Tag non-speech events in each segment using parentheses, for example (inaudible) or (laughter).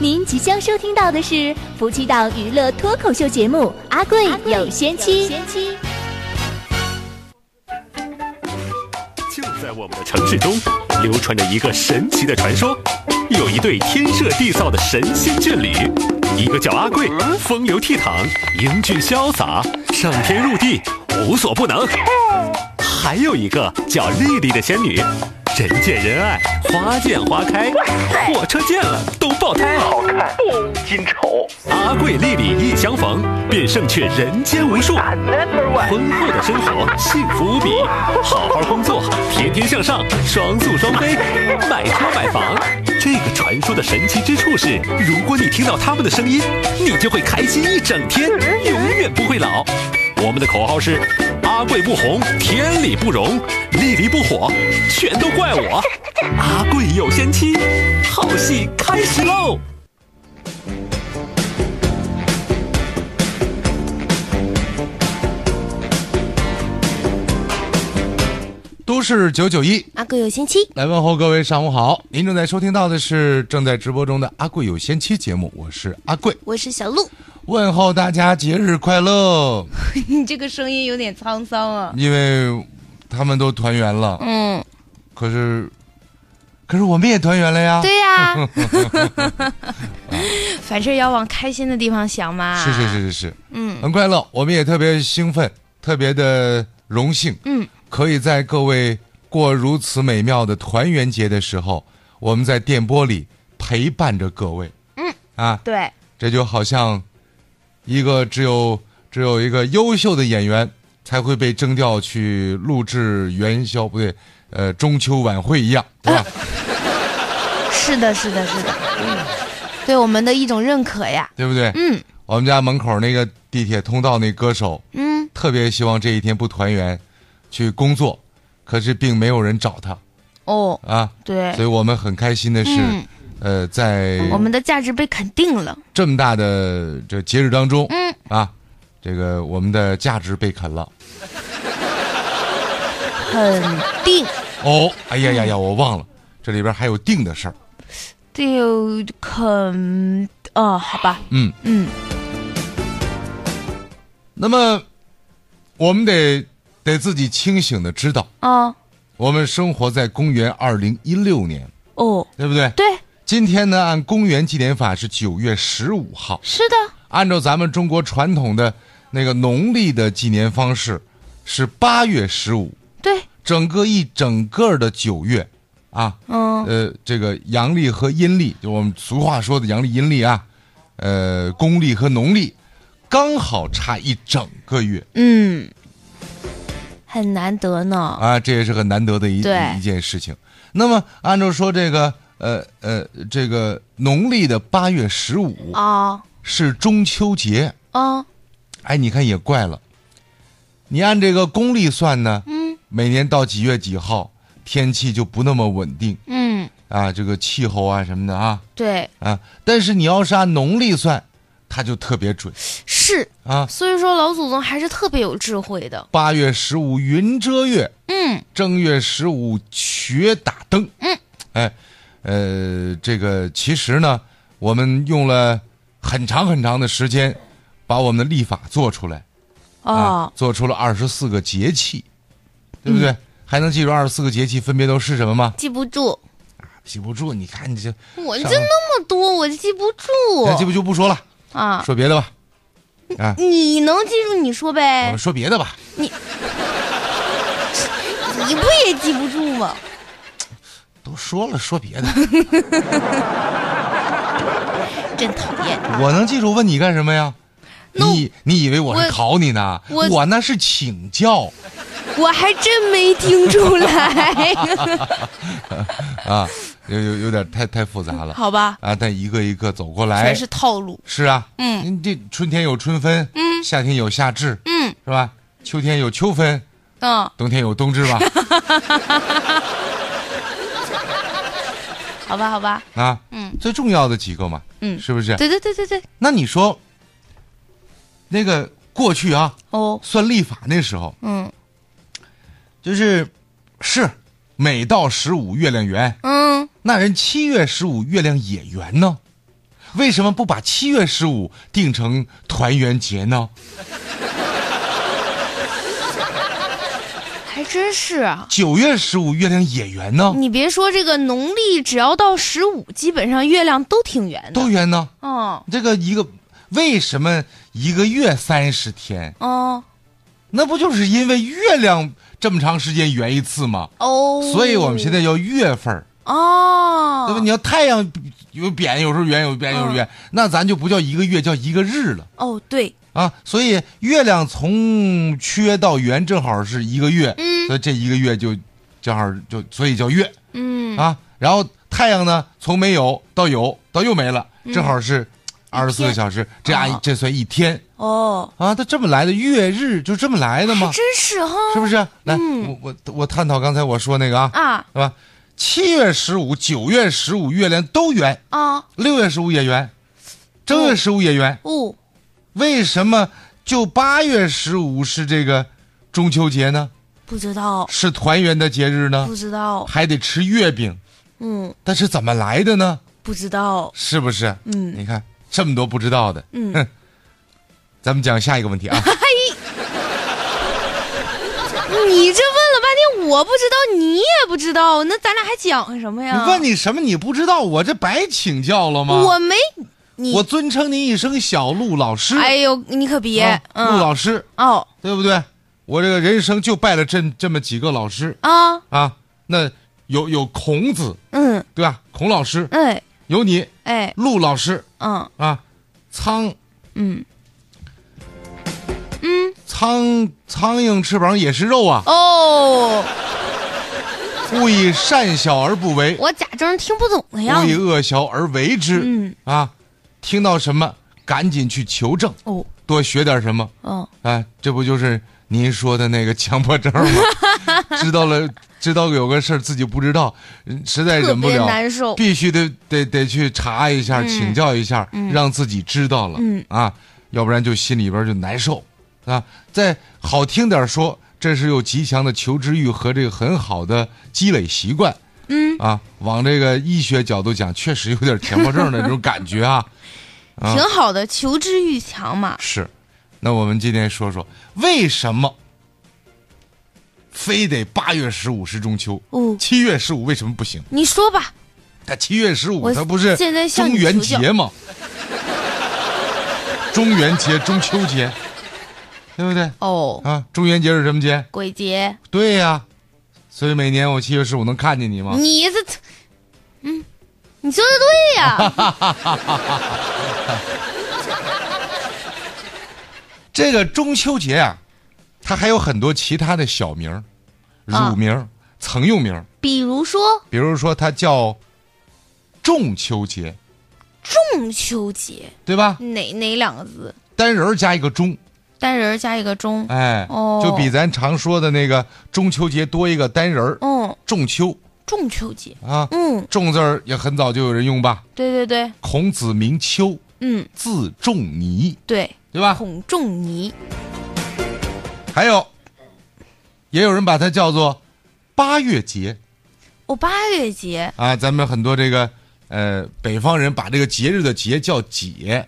您即将收听到的是夫妻档娱乐脱口秀节目《阿贵有仙妻》。就在我们的城市中，流传着一个神奇的传说：有一对天设地造的神仙眷侣，一个叫阿贵，风流倜傥、英俊潇洒、上天入地、无所不能；还有一个叫丽丽的仙女，人见人爱、花见花开，火车见了都爆胎。好看，金丑阿贵丽丽一相逢，便胜却人间无数。 ，Number One。婚后的生活幸福无比，好好工作，天天向上，双宿双飞，买车买房。这个传说的神奇之处是，如果你听到他们的声音，你就会开心一整天，永远不会老。我们的口号是：阿贵不红，天理不容；丽丽不火，全都怪我。阿贵有仙妻，好戏开始喽！都市九九一阿贵有仙妻，来问候各位上午好，您正在收听到的是正在直播中的《阿贵有仙妻》节目，我是阿贵，我是小鹿。问候大家节日快乐，你这个声音有点沧桑啊。因为他们都团圆了，嗯，可是，可是我们也团圆了呀，对呀、 (laughs) 凡事要往开心的地方想嘛。是是是。是是，啊嗯很快乐，我们也特别兴奋，特别的荣幸，嗯，可以在各位过如此美妙的团圆节的时候，我们在电波里陪伴着各位，嗯啊，对，这就好像一个只有只有一个优秀的演员才会被征调去录制元宵不对，呃中秋晚会一样，对吧？嗯是的，是的，是的。嗯，对我们的一种认可呀。对不对？嗯我们家门口那个地铁通道那歌手，嗯，特别希望这一天不团圆，去工作，可是并没有人找他哦，啊。对所以，我们很开心的是，嗯呃，在我们的价值被肯定了。这么大的这节日当中，嗯啊，这个我们的价值被啃了。肯定，哦，哎呀呀呀，我忘了，这里边还有定的事儿。对，肯，哦，好吧，嗯，嗯，那么我们得得自己清醒的知道，哦，我们生活在公元二零一六年，哦，对不对？对，今天呢，按公元纪年法是九月十五号，是的，按照咱们中国传统的那个农历的纪年方式是八月十五，对，整个一整个的九月，啊，嗯呃，这个阳历和阴历，就我们俗话说的阳历阴历啊，呃，公历和农历，刚好差一整个月嗯，很难得呢。啊，这也是很难得的一对一件事情。那么按照说这个，呃呃，这个农历的八月十五啊是中秋节，啊，哎，你看也怪了，你按这个公历算呢，嗯每年到几月几号天气就不那么稳定嗯，啊，这个气候啊什么的啊对，啊，但是你要是按农历算，它就特别准是，啊。所以说老祖宗还是特别有智慧的。八月十五云遮月，嗯，正月十五雪打灯。嗯，哎，呃，这个其实呢，我们用了很长很长的时间，把我们的历法做出来。啊哦，，嗯做出了二十四个节气，对不对？还能记住二十四个节气分别都是什么吗？记不住，记不住，你看你这，我上这那么多，我记不那记住不就不说了，啊。说别的吧。啊，你能记住你说我呗们，说别的吧。你不也记不住吗？都说了，说别的，真讨厌。我能记住问你干什么呀？那你你以为我是我考你呢？我我那是请 (laughs) 教我还真没听出来， (laughs) 啊，有有有点太太复杂了好吧，啊。但一个一个走过来全，是套路。是啊，嗯您这春天有春分，嗯，夏天有夏至，嗯是吧？秋天有秋分，嗯，冬天有冬至 (laughs) 吧？好吧好吧，啊，嗯最重要的几个嘛，嗯是不是？对对对对对，那你说，那个过去啊，哦，算历法那时候，嗯就是是每到十五月亮圆，嗯，那人七月十五月亮也圆呢，为什么不把七月十五定成团圆节呢？还真是啊。九月十五月亮也圆呢，你别说这个农历，只要到十五，基本上月亮都挺圆的。都圆呢。哦这个一个为什么一个月三十天？哦那不就是因为月亮这么长时间圆一次吗？哦。所以我们现在叫月份儿，哦，对吧？你要太阳有扁，有时候圆，有扁，有时候圆，那咱就不叫一个月，叫一个日了哦对，啊。所以月亮从缺到圆正好是一个月，嗯所以这一个月就正好就所以叫月嗯，啊。然后太阳呢，从没有到有到又没了，嗯正好是二十四个小时，这样一哦这算一天哦，啊。它这么来的，月日就这么来的嘛，真啊是哈是不是？来，嗯我我我探讨刚才我说那个啊啊是吧？七月十五、九月十五月亮都圆，啊六月十五也圆，正月十五也圆，哦，为什么就八月十五是这个中秋节呢？不知道是团圆的节日呢不？知道，还得吃月饼，嗯，但是怎么来的呢？不知道，是不是？嗯你看这么多不知道的，嗯哼，咱们讲下一个问题啊。你这问了半天，我不知道，你也不知道，那咱俩还讲什么你哎呀？问你什么你不知道，我这白请教了吗？我没你我尊称您一声小陆老师，哎呦，你可别，啊陆嗯，老师。哦对不对？我这个人生就拜了这这么几个老师啊，啊，那有有孔子，嗯，对吧？孔老师，哎有你哎，陆老师嗯啊，苍嗯嗯，苍苍蝇翅膀也是肉啊，哦，勿以善小而不为，我假装听不懂的样勿以子，恶小而为之。嗯啊，听到什么赶紧去求证，哦，多学点什么。嗯，哎，这不就是您说的那个强迫症吗？ (laughs) 知道了，知道有个事儿自己不知道，嗯实在特忍不别了，难受，必须得得得去查一下，请教一下，让自己知道了，嗯啊，要不然就心里边就难受啊。再好听点说，这是有极强的求知欲和这个很好的积累习惯嗯，啊。往这个医学角度讲，确实有点强迫症的那种感觉啊。啊挺好的，求知欲强嘛，是，那我们今天说说为什么非得八月十五是中秋，哦，七月十五为什么不行？你说吧，他七月十五，我他不是现在向中你元求教节吗？中元节、中秋节，对不对？哦，啊，中元节是什么节？鬼节，对呀、所以每年我七月十五能看见你吗？你这，嗯，你说的对呀， (laughs) 这个中秋节啊，它还有很多其他的小名儿、啊乳名儿、曾用名儿，比如说比如说它叫仲秋节，中秋节，对吧？哪哪两个字？单人儿加一个中，单人儿加一个中，哎，哦就比咱常说的那个中秋节多一个单人儿，嗯，仲秋中秋节，啊。嗯，仲字儿也很早就有人用吧？对对对，孔子名丘，嗯，字仲尼，对，对吧？孔仲尼，还有，也有人把它叫做八月节哦，八月节，啊。咱们很多这个呃北方人把这个节日的节叫节，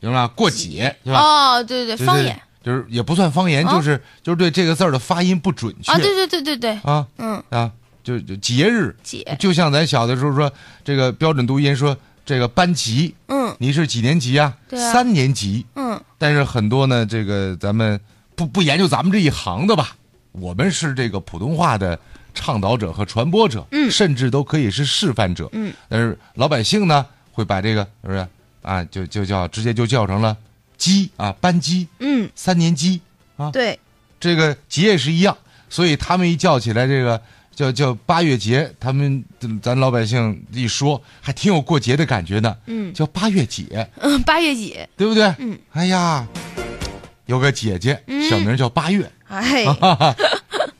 明白吗？过节是吧？哦，对对就是对，方言就是也不算方言，啊就是就是对这个字儿的发音不准确啊，对对对对对，啊嗯，啊，就就节日，节，就像咱小的时候说这个标准读音说这个班级，嗯你是几年级呀？对啊三年级。嗯，但是很多呢，这个咱们不不研究咱们这一行的吧，我们是这个普通话的倡导者和传播者，嗯甚至都可以是示范者，嗯，但是老百姓呢，会把这个是不是啊，就就叫直接就叫成了鸡啊，班鸡、嗯，三年鸡，对，这个节也是一样，所以他们一叫起来这个。叫叫八月节，他们咱老百姓一说，还挺有过节的感觉呢。嗯叫八月节，嗯，八月节，对不对？嗯。哎呀，有个姐姐，嗯小名叫八月， (laughs) 哎，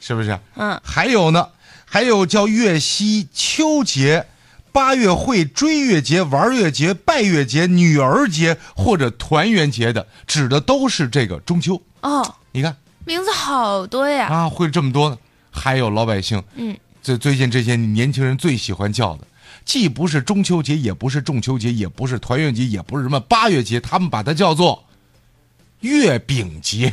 是不是？嗯。还有呢，还有叫月夕、秋节、八月会、追月节、玩月节、拜月节、女儿节或者团圆节的，指的都是这个中秋。哦，你看名字好多 (laughs) 呀，啊啊，会这么多呢。还有老百姓，嗯，最最近这些年轻人最喜欢叫的既不是中秋节，也不是中秋节，也不是团圆节，也不是什么八月节，他们把它叫做月饼节。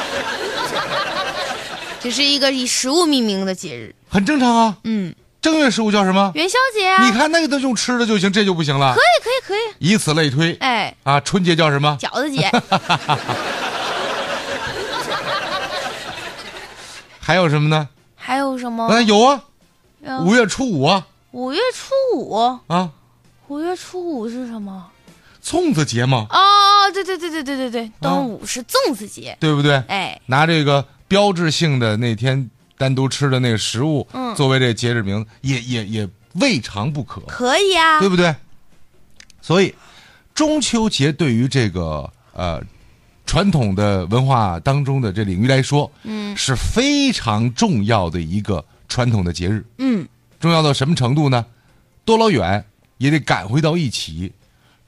(laughs) 这是一个以食物命名的节日。很正常啊。嗯，正月十五叫什么？元宵节啊，你看那个都用吃的就行，这就不行 (laughs) 了可。哎以可以可以，以此类推，哎，啊，春节叫什么？饺子 (laughs) 节还有什么呢？还有什么？啊，有啊，嗯五月初五啊，五月初五，啊，五月初五是什么？粽子节嘛，哦，对对对对对对啊对，端午是粽子节。对不对？哎，拿这个标志性的那天单独吃的那个食物，嗯作为这节日名，也也也未尝不可，可以啊对，不对？所以，中秋节对于这个呃传统的文化当中的这领域来说，嗯是非常重要的一个传统的节日。嗯，重要到什么程度呢？多老远也得赶回到一起，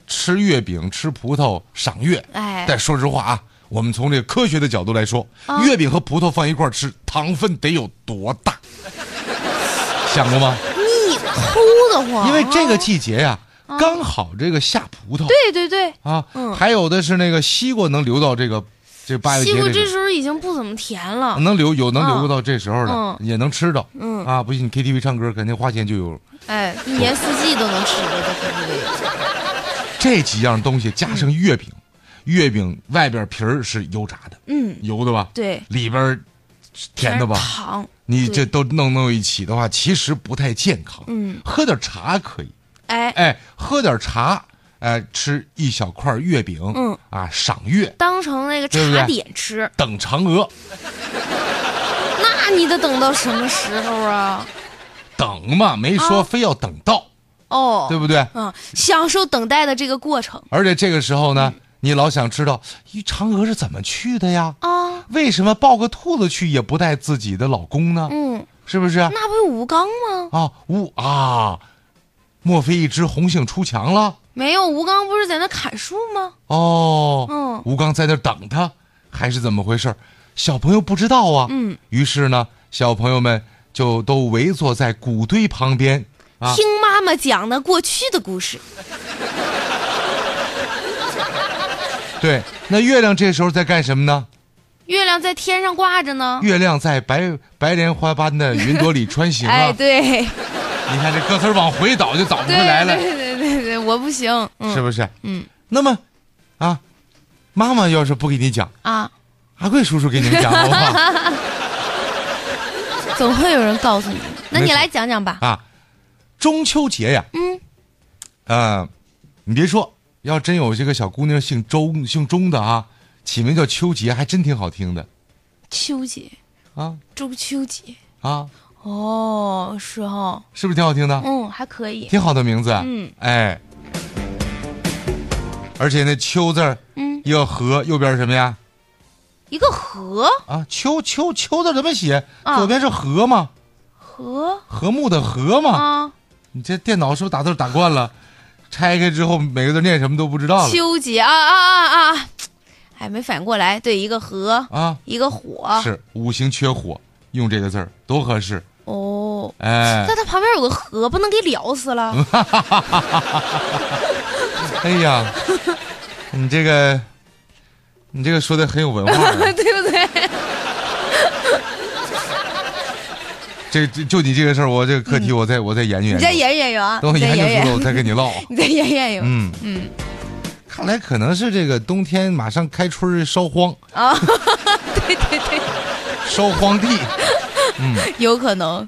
吃月饼、吃葡萄、赏月。哎，哦但说实话啊，我们从这个科学的角度来说，月饼和葡萄放一块儿吃，糖分得有多大？想过吗？你齁得慌。因为这个季节呀、刚好这个下葡萄哦对对对，啊，还有的是那个西瓜能留到这个这八月西节瓜这嗯这个。时候已经不怎么甜了。能留有能留到这时候的，嗯也能吃到。嗯啊，不信 KTV 唱歌肯定花钱就有。哎，一年四季都能吃这个对不对？这几样东西加上月饼，月饼外边皮儿是油炸的，嗯，油的吧？对，里边儿是甜的吧全是？糖，你对这都弄弄一起的话，其实不太健康。嗯，喝点茶可以，哎，哎，喝点茶，哎，吃一小块月饼，嗯啊，赏月，当成那个对不对茶点吃，等嫦娥，那你得等到什么时候啊？等嘛，没说啊非要等到，哦，对不对？嗯，享受等待的这个过程而且这个时候呢，嗯你老想知道，咦，嫦娥是怎么去的呀？啊，为什么抱个兔子去也不带自己的老公呢？嗯，是不是？那不是吴刚吗？啊，呜啊！莫非一只红杏出墙了？没有，吴刚不是在那砍树吗？哦，嗯吴刚在那儿等他，还是怎么回事儿？小朋友不知道啊。嗯，于是呢，小朋友们就都围坐在谷堆旁边啊，听妈妈讲的过去的故事，对，那月亮这时候在干什么呢？月亮在天上挂着呢。月亮在白白莲花般的云朵里穿行啊！哎，对，你看这歌词儿往回倒就倒不回对来了，对对对对，我不行，嗯是不是？嗯那么，啊，妈妈要是不给你讲，啊，阿贵叔叔给你讲好不好？总会有人告诉你。那没你错来讲讲吧。啊，中秋节呀，嗯，呃，你别说，要真有这个小姑娘姓周、姓钟的啊，起名叫秋节，还真挺好听的秋节，啊中秋节，啊，哦，是哦，是不是挺好听的？嗯，还可以。挺好的名字，嗯，哎，而且那秋字儿嗯，一个禾，右边是什么呀？一个和啊，秋秋秋字怎么写？啊左边是禾嘛，和禾木的禾嘛。啊，你这电脑是不是打字打惯了？拆开之后每个字念什么都不知道了秋节啊啊啊啊！哎，没反应过来，对，一个和，啊？一个火，是五行缺火，用这个字儿多合适。哦。 (laughs) 哎那，它旁边有个河，不能给聊死了。哎呀，你这个，你这个说的很有文化 (laughs) 啊、对 (laughs) 不对？这这就你这个事儿，我这个课题，我再我再研究研嗯你究。再研研究啊，等我你再研究研出来，我研，再跟你唠。 (laughs) 你再研研究嗯嗯，看来可能是这个冬天马上开春儿烧荒，啊。 (laughs) 对对对，烧荒地。有可能。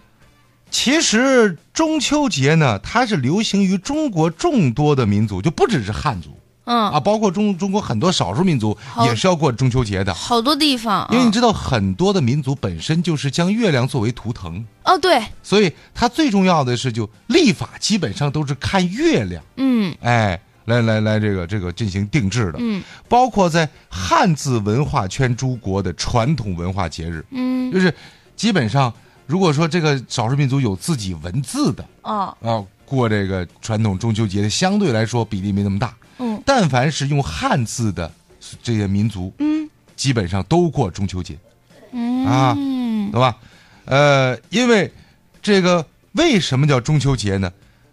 其实中秋节呢，它是流行于中国众多的民族，就不只是汉族嗯，啊，包括中中国很多少数民族好也是要过中秋节的。好多地方啊。因为你知道，很多的民族本身就是将月亮作为图腾，哦，对，所以它最重要的是就历法基本上都是看月亮，嗯哎，来来来，这个这个进行定制的，嗯包括在汉字文化圈诸国的传统文化节日，嗯，就是基本上如果说这个少数民族有自己文字的哦，啊，过这个传统中秋节的相对来说比例没那么大，嗯但凡是用汉字的这些民族，嗯基本上都过中秋节。嗯啊嗯对吧？呃，因为这个为什么叫中秋节呢？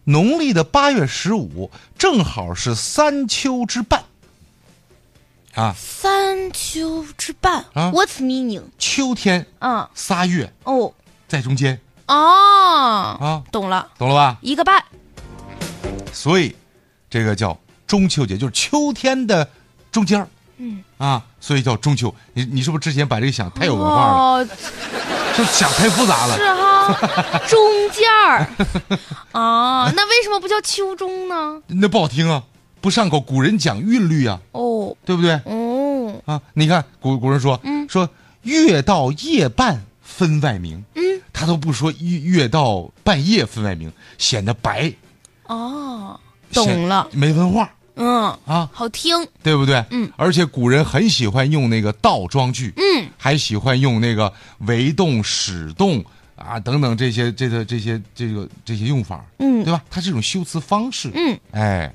农历的八月十五正好是三秋之半，啊，三秋之半啊，What's meaning？秋天嗯，仨月哦，在中间，哦，啊懂了，懂了吧？一个半，所以这个叫中秋节，就是秋天的中间儿嗯，啊，所以叫中秋。你你是不是之前把这个想太有文化了，哦，就想太复杂了？是 (laughs) 哈，中间儿，啊，那为什么不叫秋中呢？那不好听啊，不上口。古人讲韵律啊，哦，对不对？哦，啊，你看古古人说，嗯说月到夜半分外明，嗯，他都不说月月到半夜分外明，显得白，哦，显懂了，没文化嗯，啊，好听，对不对？嗯，而且古人很喜欢用那个倒装句，嗯，还喜欢用那个为动、使动啊等等这些这个这些这个这些用法，嗯对吧？它这种修辞方式，嗯，哎。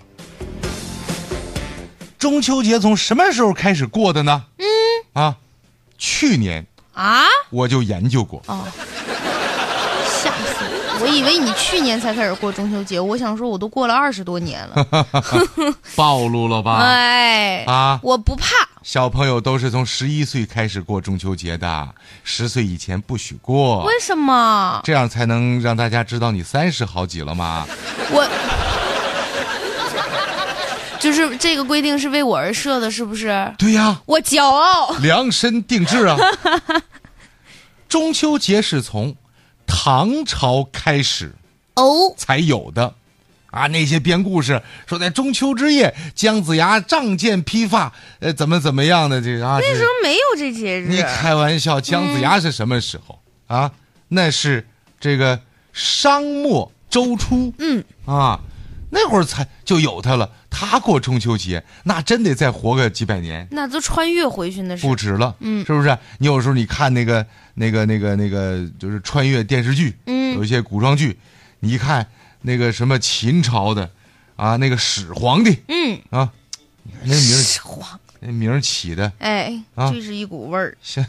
中秋节从什么时候开始过的呢？嗯，啊，去年啊，我就研究过，哦吓死我！我以为你去年才开始过中秋节，我想说我都过了二十多年 (laughs) 了，暴露了吧？哎，啊，我不怕，小朋友都是从十一岁开始过中秋节的，十岁以前不许过，为什么？这样才能让大家知道你三十好几了嘛。我。 (laughs) 就是这个规定是为我而设的，是不是？对呀、我骄傲。量身定制啊。中秋节是从唐朝开始哦，才有的，啊，那些编故事说在中秋之夜，姜子牙仗剑披发，呃，怎么怎么样的这个啊？这那时候没有这节你日。开玩笑，姜子牙是什么时候、啊？那是这个商末周初，嗯啊，那会儿才就有他了。他过中秋节，那真得再活个几百年。那都穿越回去那是不。止了，嗯是不是？你有时候你看那个、那个、那个、那个，就是穿越电视剧，有嗯一些古装剧，你一看那个什么秦朝的，啊，那个始皇帝嗯，啊，你看那名儿是黄。那名儿起的，哎，啊这是一股味儿。 (laughs) 像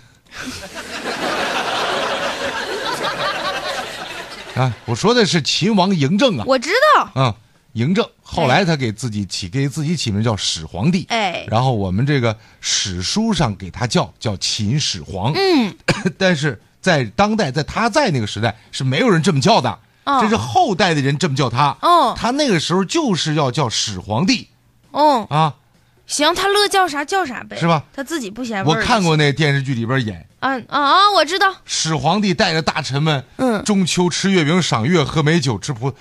啊，我说的是秦王嬴政啊，我知道。啊，嬴政后来他给自己起给自己起名叫始皇帝，哎，然后我们这个史书上给他叫叫秦始皇，嗯， (coughs) 但是在当代，在他在那个时代是没有人这么叫的，哦这是后代的人这么叫他。哦他那个时候就是要叫始皇帝哦，啊！行，他乐叫啥叫啥呗，是吧？他自己不哎嫌味我儿。看过那电视剧里边演啊啊啊！我知道，始皇帝带着大臣们，嗯中秋吃月饼、赏月、喝美酒、吃葡，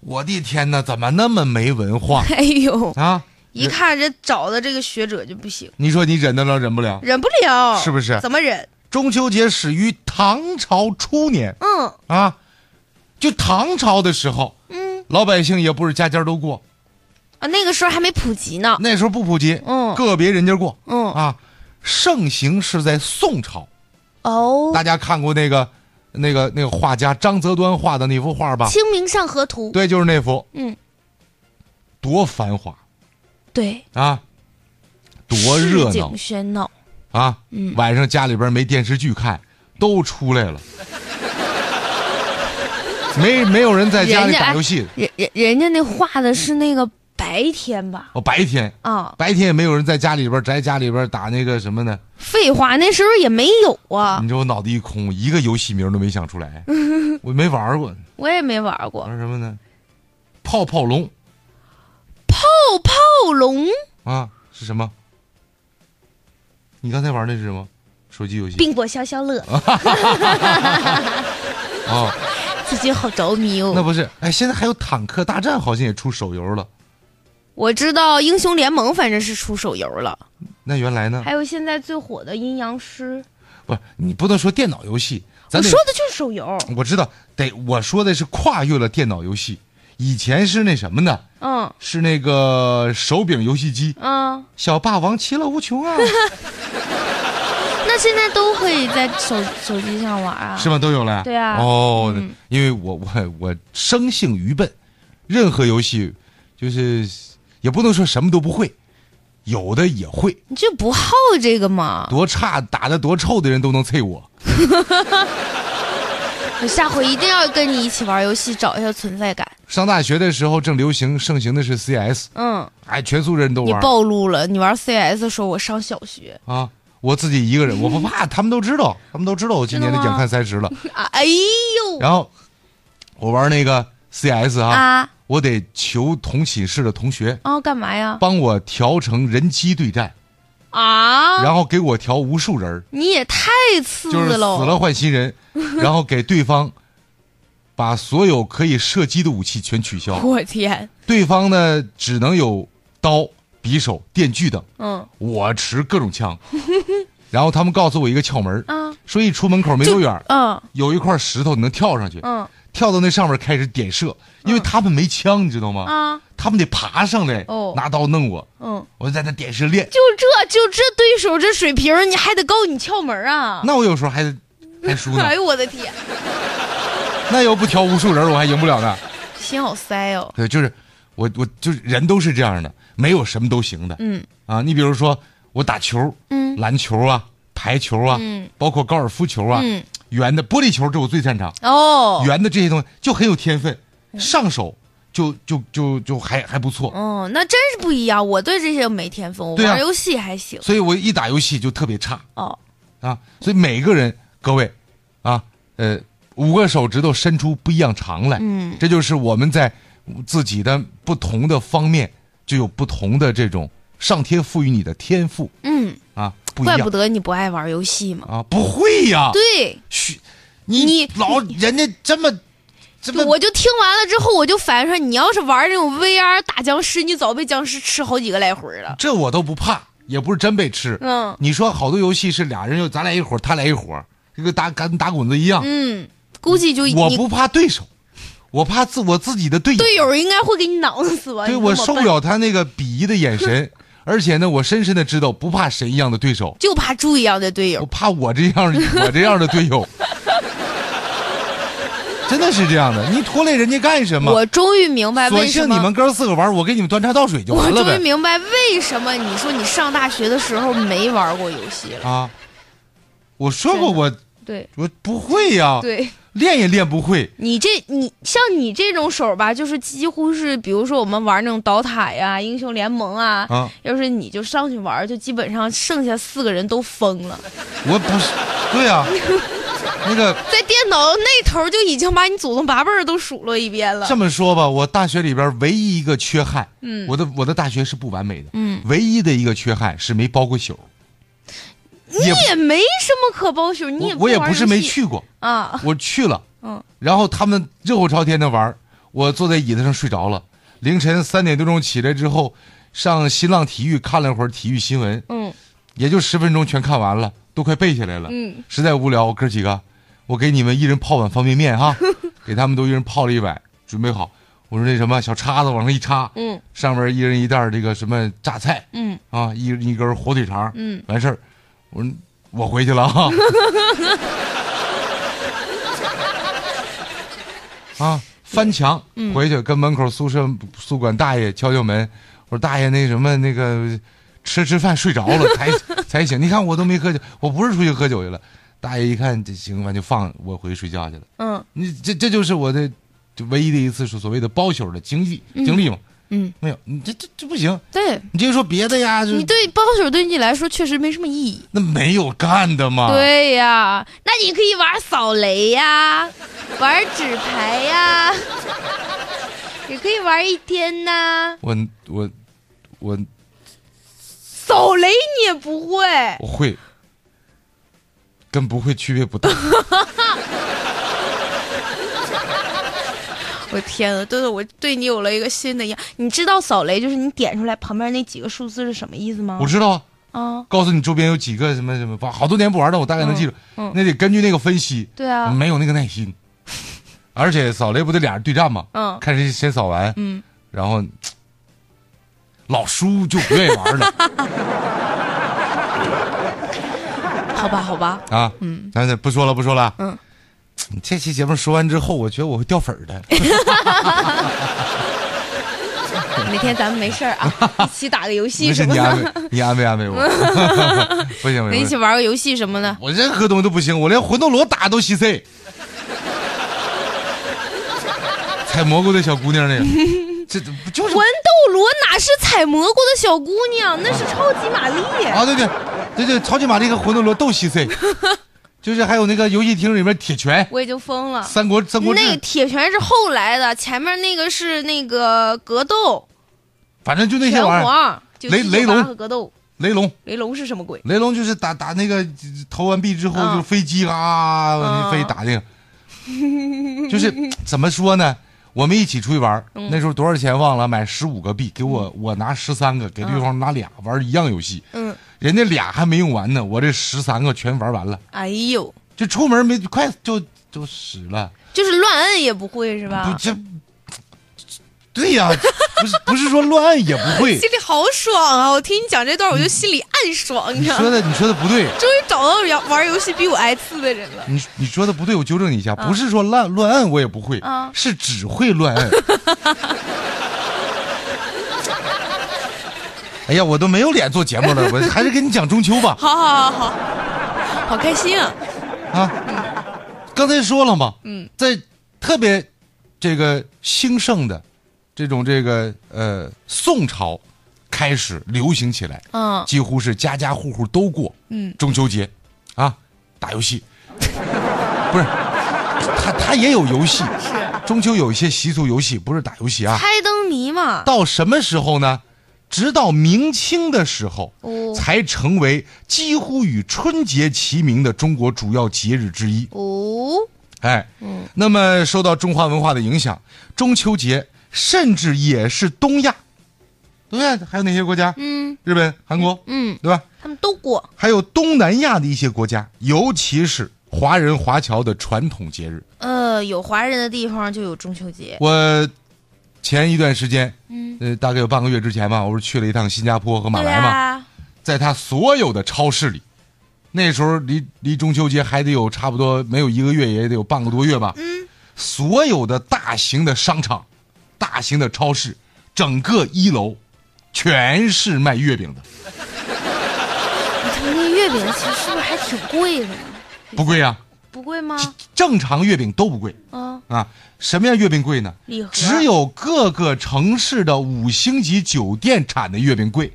我的天哪，怎么那么没文化 (laughs) 哎呦，啊？一看这找的这个学者就不行，你说你忍得了忍不了？忍不了，是不是怎么忍？中秋节始于唐朝初年嗯啊，就唐朝的时候，嗯老百姓也不是家家都过，啊，那个时候还没普及呢。那时候不普及，嗯个别人家过嗯啊。盛行是在宋朝，哦，大家看过那个、那个、那个画家张择端画的那幅画吧？《清明上河图》对，就是那幅，嗯，多繁华对，啊，多热市闹井喧闹。啊！嗯晚上家里边没电视剧看，都出来了，没没有人在家里人家哎打游戏，人人人家那画的是那个白天吧？哦，白天。啊，白天也没有人在家里边宅家里边打那个什么呢？废话，那时候也没有啊你，知道我脑袋一空，一个游戏名都没想出 (laughs) 来，我没玩过。我也没玩过。玩什么呢？泡泡龙泡泡哦龙啊，是什么？你刚才玩的是什么？手机游戏冰果消消 (laughs) 乐，哦，最近好着迷那哦。不是？哎，现在还有坦克大战，好像也出手游了。我知道英雄联盟反正是出手游了，那原来 (laughs) 呢？还有现在最火的阴阳师，不是，你不能说电脑游戏，咱我得说的就是手游。我知道，得我说的是跨越了电脑游戏。以前是那什么呢？嗯是那个手柄游戏机，嗯，小霸王其乐无穷 (laughs) 啊，那现在都可以在手手机上玩啊？是吗？都有了。对啊哦，嗯因为我我我生性愚笨，任何游戏就是也不能说什么都不会，有的也会，你就不好这个吗？多差打的多臭的人都能啐我。我下回一定要跟你一起玩游戏，找一下存在感。上大学的时候正流行盛行的是 CS，嗯，哎，全宿舍人都你玩暴露了，你玩 CS 的时候，我上小 (laughs) 学啊。我自己一个人，我不怕，他们都知道，他们都知道我今年的真的眼吗看三十了。啊，哎呦然后我玩那个 CS 啊，啊，我得求同寝室的同学啊干嘛呀？帮我调成人机对战，啊，然后给我调无数人儿，你也太次就是死了，了换新人，然后给对方把所有可以射击的武器全取消，我天，对方呢只能有刀、匕首、电锯等，嗯我持各种枪。然后他们告诉我一个窍门儿，啊，说一出门口没多远儿，嗯有一块石头，你能跳上去，嗯跳到那上面开始点射，因为他们没枪，你知道吗？啊，他们得爬上来，哦拿刀弄我，嗯，我就在那点射练。就这就这对手这水平，你还得告你窍门啊！那我有时候还还 (laughs) 输呢哎，呦我的天，那要不调无数人，我还赢不了呢。心好塞哦，对，就是我我就是人都是这样的，没有什么都行的。嗯啊，你比如说我打球，嗯篮球啊，排球啊，嗯包括高尔夫球啊，嗯圆的玻璃球这我最擅长，哦，嗯圆的这些东西就很有天分，上手就就就就还还不错。哦，那真是不一样，我对这些没天分，我对啊玩游戏还行所以我一打游戏就特别差哦，啊，所以每个人各位啊，呃，五个手指头伸出不一样长来，嗯这就是我们在自己的不同的方面就有不同的这种上天赋予你的天赋嗯，啊，不一怪不样得你不爱玩游戏嘛。啊，不会呀、对，嘘，你你老人家这么这么我就听完了之后，我就反应说，你要是玩那种 VR 打僵尸，你早被僵尸吃好几个来回了。这我都不怕，也不是真被吃。嗯你说好多游戏是俩人又咱俩一伙儿，他俩一伙儿，这个打跟打滚子一样。嗯，估计就我你不怕对手，我怕自我自己的队友。队友应该会给你囊死吧？对你我这么受不笨，了他那个鄙夷的眼 (laughs) 神，而且呢，我深深的知道不怕神一样的对手，就怕猪一样的队我友。怕我这样我这样的队 (laughs) 友。真的是这样的，你拖累人家干什么？我终于明白索为什性么你们哥四个玩，我给你们端茶倒水就我完了终于呗。明白为什么你说你上大学的时候没玩过游戏了。啊，我说过我对我不会呀、对。练也练不会。你这你像你这种手吧，就是几乎是，比如说我们玩那种倒塔呀、英雄联盟啊，啊要是你就上去玩，就基本上剩下四个人都疯了，我不是，对 (laughs) 呀、那个在电脑那头就已经把你祖宗八辈儿都数落一遍了这。么说吧，我大学里边唯一一个缺憾，嗯，我的我的大学是不完美的，嗯，唯一的一个缺憾是没包过宿，你也也没什么可包宿，你我也我也玩不是游戏没去 (laughs) 过，啊，我去了，嗯，然后他们热火朝天的玩，我坐在椅子上睡着了，凌晨三点多钟起来之后，上新浪体育看了一会儿体育新闻，嗯，也就十分钟全看完了，都快背下来了。嗯，实在无聊，我哥几个，我给你们一人泡碗方便面 (laughs) 哈，给他们都一人泡了一碗，准备好。我说那什么小叉子往上一插，嗯，上面一人一袋儿这个什么榨菜，嗯，啊，一人一根火腿肠，嗯，完事儿，我说我回去了哈。啊，翻墙嗯回去跟门口宿舍宿管大爷敲敲门，我说大爷那什么那个吃吃饭睡着了 (laughs) 才才醒，你看我都没喝酒，我不是出去喝酒去了。大爷一看这行，完就放我回去睡觉去了。嗯，你这这就是我的就唯一的一次是所谓的包宿的经历经历嘛。嗯，没有，你这这这不行，对你就说别的呀，就你对包宿对你来说确实没什么意义。那没有干的嘛。，对呀、那你可以玩扫雷呀， (laughs) 玩纸牌呀，也可以玩一天呐。我我我扫雷你也不会，我会，跟不会区别 (laughs) 不大。我天呐，对对，我对你有了一个新的印象。你知道扫雷就是你点出来旁边那几个数字是什么意思吗我？知道啊。啊，告诉你周边有几个什么什么，好多年不玩的，我大概能记住。嗯嗯那得根据那个分析。对啊没有那个耐 (laughs) 心。而且扫雷不得俩人对战吗？嗯看谁先扫完。嗯，然后老叔就不愿意玩 (laughs) 了好吧，(laughs) 好吧，啊。嗯，咱咱不说了，不说了。嗯，这期节目说完之后，我觉得我会掉粉儿的。哎哪天咱们没事儿啊， (laughs) 一起打个游戏没事，什么你啊安的，慰，你安慰安 (laughs) 慰我。 (laughs) 不行，不咱一行 (laughs) 起，玩个游戏什么的。我任何东西都不行，我连魂斗罗打都稀碎。采蘑菇的小姑娘那个，这这不就是魂斗罗哪是采蘑菇的小姑娘，那是超级玛丽。啊？对对对对，超级玛丽和魂斗罗都稀碎，就是还有那个游戏厅里面铁拳、我已经疯了。三国三国志那，个铁拳是后来的，前面那个是那个格斗，反正就那些拳玩意儿。皇、九雷七雷九龙八和格斗。雷龙，雷龙是什么鬼？雷龙就是打打那个投完币之后，嗯就是飞机啊往嗯飞打那个，就是怎么说 (laughs) 呢？我们一起出去玩儿，嗯那时候多少钱忘了，买十五个币，给我我拿十三个，给对方拿俩，玩儿一样游戏。嗯，人家俩还没用完呢，我这十三个全玩完了，哎呦，就出门没快就就死了。就是乱摁也不会是不吧？这，对呀、不是不是说乱按也不会。 (laughs) 心里好爽啊！我听你讲这段，我就心里暗爽，你你知道说吗？的你说的不对，终于找到玩玩游戏比我挨刺的人了。你你说的不对，我纠正你一下，不是说乱乱按我也不会，啊是只会乱按。哎呀，我都没有脸做节目了，我还是给你讲中秋吧。好好好好，好开心啊！啊，刚才说了嘛，嗯，在特别这个兴盛的这种这个呃宋朝开始流行起来，嗯几乎是家家户户都过，嗯，中秋节啊，打游戏， (laughs) 不是，他他也有游戏，中秋有一些习俗游戏，不是打游戏啊，开灯谜嘛，到什么时候呢？直到明清的时候，哦才成为几乎与春节齐名的中国主要节日之一。哦，哎，那么受到中华文化的影响，中秋节甚至也是东亚，东亚还有哪些国家？嗯日本、韩国，嗯，对吧？他们都过，还有东南亚的一些国家，尤其是华人华侨的传统节日。呃，有华人的地方就有中秋节，我前一段时间，嗯，呃，大概有半个月之前吧，我不是去了一趟新加坡和马对来嘛，啊，在他所有的超市里，那时候离离中秋节还得有差不多没有一个月，也得有半个多月吧。嗯，所有的大型的商场、大型的超市，整个一楼全是卖月饼的，他们那月饼其实是不是还挺贵的呢？不贵啊，不贵吗？正常月饼都不贵啊，啊。什么样月饼贵呢？礼盒啊只有各个城市的五星级酒店产的月饼贵，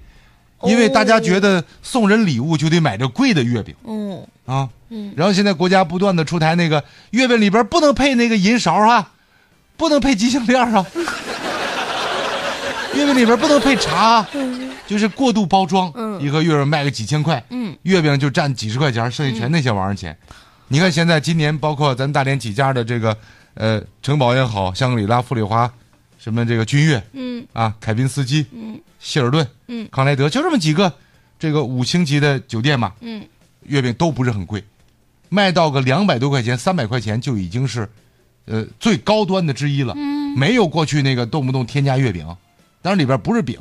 因为大哦家觉得送人礼物就得买这贵的月饼。嗯，啊，嗯然后现在国家不断的出台那个月饼里边不能配那个银勺啊，不能配金项链 (laughs) 啊，月饼里边不能配茶啊，就是过度包装，嗯一个月卖个几千块，嗯月饼就占几十块钱，剩下全那些玩意儿钱。你看现在今年包括咱大连几家的这个，呃，城堡也好，香格里拉、富丽华，什么这个君悦，嗯啊，凯宾斯基，嗯，希尔顿，嗯康莱德，就这么几个这个五星级的酒店嘛，嗯，月饼都不是很贵，卖到个两百多块钱、三百块钱就已经是，呃，最高端的之一了。嗯没有过去那个动不动添加月饼，当然里边不是饼。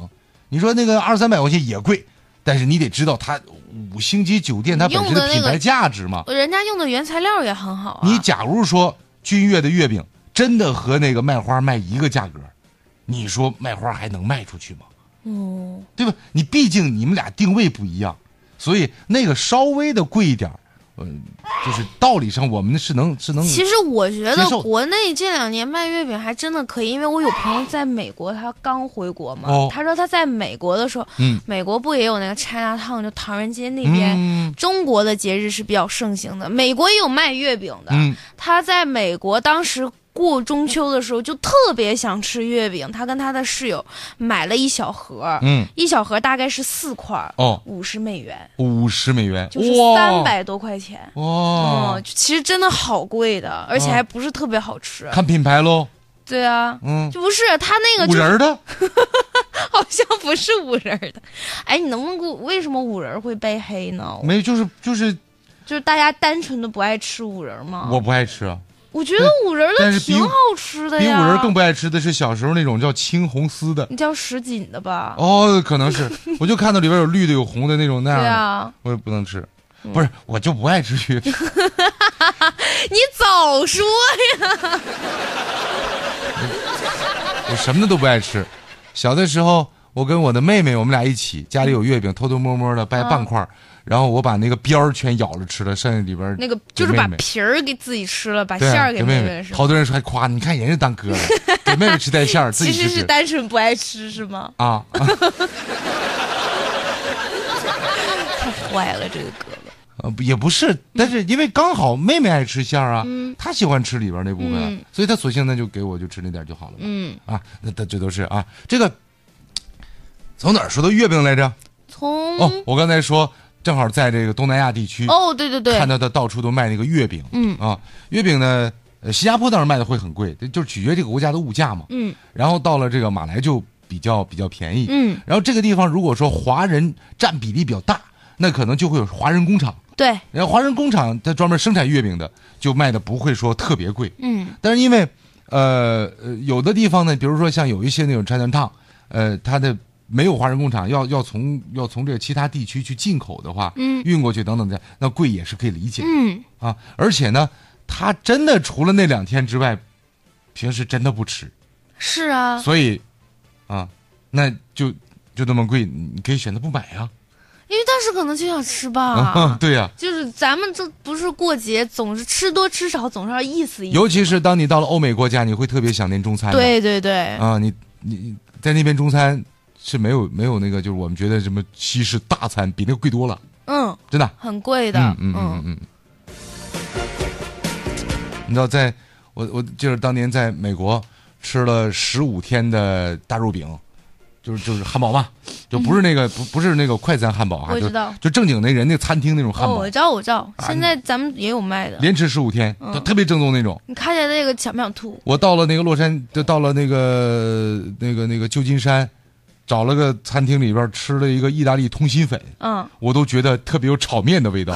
你说那个二三百块钱也贵，但是你得知道它五星级酒店它本身用的那个品牌价值嘛。人家用的原材料也很好啊。你假如说君悦的月饼真的和那个卖花卖一个价格，你说卖花还能卖出去吗？哦，对吧？你毕竟你们俩定位不一样，所以那个稍微的贵一点儿，嗯、就是道理上我们是能是能。其实我嗯觉接得受国内这两年卖月饼还真的可以，因为我有朋友在美国，他刚回国嘛，哦他说他在美国的时候，嗯美国不也有那个 China Town，就唐人街那边。嗯中国的节日是比较盛行的，美国也有卖月饼的。嗯，他在美国当时过中秋的时候就特别想吃月饼，他跟他的室友买了一小盒，嗯一小盒大概是四块，哦五十美元，五十美元，就是哇三百多块钱。哇嗯，，其实真的好贵的，而且还不是特别好吃。嗯看品牌喽，对啊，嗯，就不是他那个五就仁儿的， (laughs) 好像不是五仁儿的。哎，你能不能给我为什么五仁儿会被黑呢？没有就是就是就是大家单纯的不爱吃五仁儿吗？我不爱吃啊，我觉得五仁儿但的是比挺好吃的比五呀，仁儿更不爱吃的是小时候那种叫青红丝的，你叫什锦的吧？哦，可能是， (laughs) 我就看到里边有绿的有红的那种那样对的，啊，嗯我也不能吃，不是我就不爱吃 (laughs) 月饼，你早说呀！我什么都不爱吃。小的时候，我跟我的妹妹，我们俩一起，家里有月饼，偷偷摸摸的掰半块儿、然后我把那个边儿全咬了吃了，剩下里边儿嗯那个就是把给妹妹皮儿给自己吃了，把对馅啊儿给给妹妹了，是吧？哎好多人说还夸，你看人家当哥了，给妹妹吃带馅儿，自 (laughs) 其己实吃是吃单纯不爱吃是吗？啊。太坏了，这个哥哥。呃，不也不是，但是因为刚好妹妹爱吃馅儿啊，她喜欢吃里边那部分啊，嗯所以她索性那就给我就吃那点就好了嘛。嗯，啊，那这这都是啊，这个从哪儿说到月饼来着？从哦，我刚才说正好在这个东南亚地区，嗯哦对对对看，到他到处都卖那个月饼，嗯啊，月饼呢，呃，新加坡当然卖的会很贵，就是取决这个国家的物价嘛，嗯然后到了这个马来就比较比较便宜，嗯，然后这个地方如果说华人占比例比较大，那可能就会有华人工厂。对，然后华人工厂它专门生产月饼的，就卖的不会说特别贵，嗯但是因为呃呃有的地方呢，比如说像有一些那种拆弹烫，呃，它的没有华人工厂，要要从要从这个其他地区去进口的话，嗯运过去等等的，那贵也是可以理解、嗯，啊。而且呢，它真的除了那两天之外，平时真的不吃，是啊，所以啊，那就就那么贵，你可以选择不买呀。因为当时可能就想吃啊吧，， (laughs) 对呀、就是咱们这不是过节，总是吃多吃少，总是要意思意思。尤其是当你到了欧美国家，你会特别想念中餐的。对对对，啊，你你在那边中餐是没有没有那个，就是我们觉得什么西式大餐比那个贵多了，嗯，真的。很贵的，嗯嗯嗯嗯嗯。你知道在，我我就是当年在美国吃了十五天的大肉饼，就是就是汉堡嘛，就不是那个、不不是那个快餐汉堡啊，嗯我就知道就正经那人那餐厅那种汉堡，哦，我知道我知道，啊现在咱们也有卖的。连吃十五天，嗯就特别正宗那种。你看见那个想不想吐？我到了那个洛杉，就到了那个那个那个旧金山，找了个餐厅里边吃了一个意大利通心粉，嗯，我都觉得特别有炒面的味道。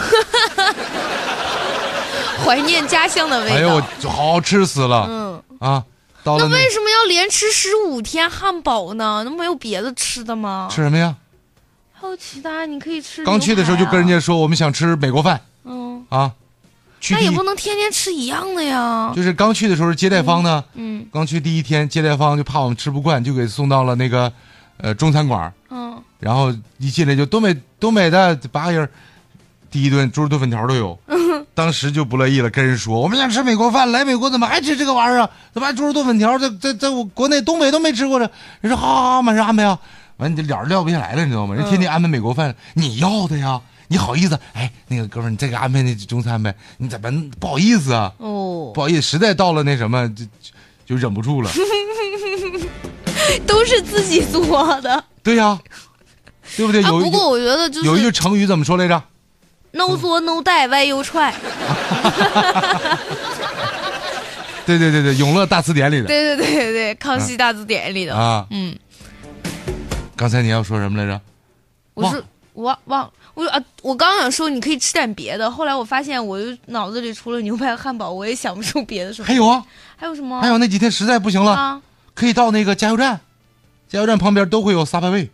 怀念家乡的味道。哎呦，我好吃死了、嗯，啊！到了那那为什么要连吃十五天汉堡呢？那没有别的吃的吗？吃什么呀？还有其他，你可以吃、啊刚去的时候就跟人，家说我们想吃美国饭嗯，啊，去那第也一不能天天吃一样的呀。就是刚去的时候接待方呢，嗯刚去第一天接待方就怕我们吃不惯，就给送到了那个呃中餐馆儿，嗯，然后一进来就东北东北的八个人儿，第一顿猪肉炖粉条都 (laughs) 有，当时就不乐意了，跟人说我们想吃美国饭，来美国怎么还吃这个玩意儿啊？怎么还猪肉炖粉条？在在在我国内东北都没吃过这，人说好好好，马上安排啊。完你这脸儿撂不下来了，你知嗯道吗？人天天安排美国饭，你要的呀，你好意思？哎，那个哥们儿，你再给安排那中餐呗？你怎么不好意思啊？哦不，好意思，实在到了那什么就就就忍不 (laughs) 住了。都是自己做的。对呀、对不对？啊，有不一过我觉得就有一句是成语怎么说来着？ no 作 no die，歪 (laughs) 又踹。对对对对，《永乐大词典》里的对对对对对，《康熙大字典》里的。啊。嗯，刚才你要说什么来着？我是我忘忘了，我啊，我刚想说你可以吃点别的，后来我发现我就脑子里除了牛排、汉堡，我也想不出别的什么。还有啊，还有什么？还有那几天实在不行了，哦啊，可以到那个加油站，加油站旁边都会有撒派味。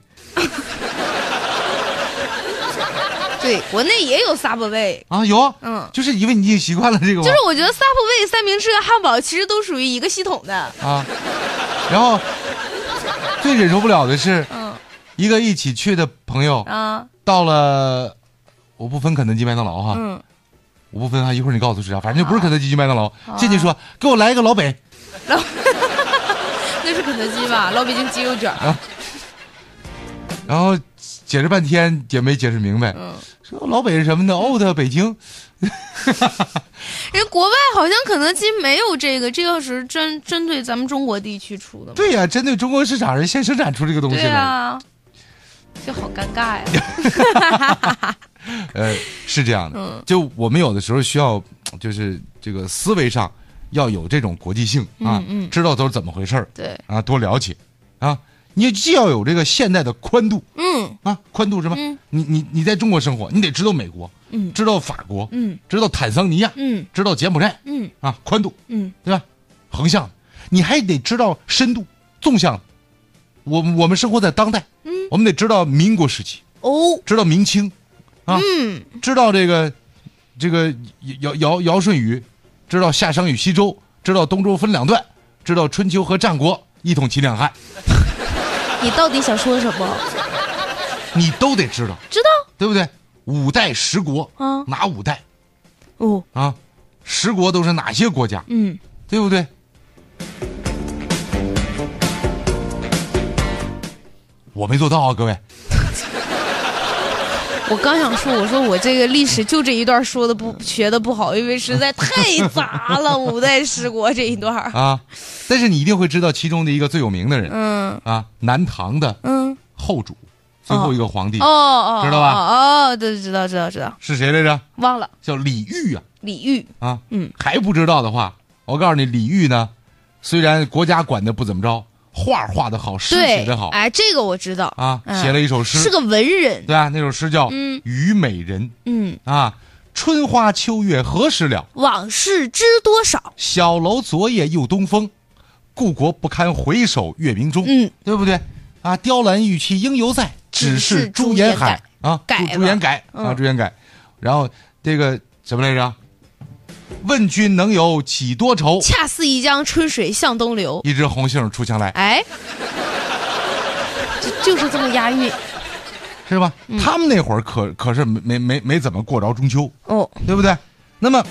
对，国内也有 Subway。啊，有啊，嗯就是因为你已经习惯了这个嘛，就是我觉得 Subway 三明治和汉堡其实都属于一个系统的。啊，然后最忍受不了的是嗯一个一起去的朋友啊到了，我不分肯德基、麦当劳哈，嗯，我不分啊，一会儿你告诉我是啥，反正就不是肯德基、麦当劳，啊进去说给我来一个老北，那是肯德基吧？老北京鸡肉卷儿。然后解释半天也没解释明白，嗯，说老北是什么呢？old 北京，人国外好像肯德基没有这个，这个是针针对咱们中国地区出的嘛。对呀、针对中国市场，人先生产出这个东西对来。啊，就好尴尬 (laughs) 呀。呃，是这样的，嗯就我们有的时候需要，就是这个思维上要有这种国际性啊，嗯嗯知道都是怎么回事儿对，啊，多了解啊。你既要有这个现代的宽度嗯啊，宽度是吧？嗯你你你在中国生活，你得知道美国，嗯知道法国，嗯知道坦桑尼亚，嗯知道柬埔寨嗯啊，宽度嗯，对吧？横向的，你还得知道深度，纵向的。我我们生活在当代，嗯，我们得知道民国时期，哦，知道明清，啊，嗯知道这个这个尧尧尧舜禹，知道夏商与西周，知道东周分两段，知道春秋和战国一统秦两汉，你到底想说什么？你都得知道，知道对不对？五代十国，嗯哪五代哦，啊？十国都是哪些国家，嗯对不对？我没做到啊，各位。我刚想说，我说我这个历史就这一段说的不学的不好，因为实在太杂了，五代十国这一 (laughs) 段儿。啊，但是你一定会知道其中的一个最有名的人，嗯啊，南唐的嗯，后主，最后一个皇帝、哦哦，知道吧哦哦，对，知道知道知道，是谁来着？忘了叫李煜啊李煜。啊，嗯，还不知道的话，我告诉你，李煜呢，虽然国家管的不怎么着，画画的好，诗对写的好，哎，这个我知道啊，嗯写了一首诗，是个文人。对啊，那首诗叫《虞美人嗯，》啊，春花秋月何时了？往事知多少？小楼昨夜又东风，故国不堪回首月明中。嗯，对不对？啊，雕栏玉砌应犹在，只只是是朱朱颜颜改啊，改朱了朱颜改啊，嗯朱颜改。然后这个什么来着？问君能有几多愁？恰似一江春水向东流。一枝红杏出墙来，哎，就就是这么押韵是吧？嗯他们那会儿可可是没没没没怎么过着中秋，哦。对不对？那么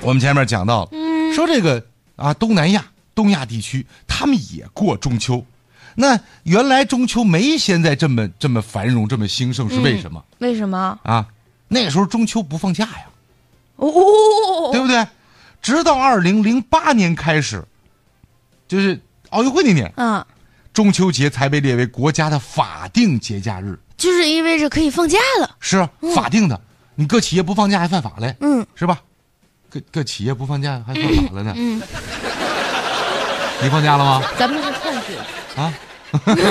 我们前面讲到了，嗯说这个啊，东南亚、东亚地区，他们也过中秋。那原来中秋没现在这么这么繁荣、这么兴盛，是嗯为什么？为什么？啊，那个时候中秋不放假呀，哦，对不对？直到二零零八年开始，就是奥运会那年，啊，中秋节才被列为国家的法定节假日，就是因为这可以放假了。是啊法定的。你各企业不放假还犯法嘞，嗯，是吧？各各企业不放假还犯法了呢。嗯， (laughs) 你放假了吗？咱们是创举，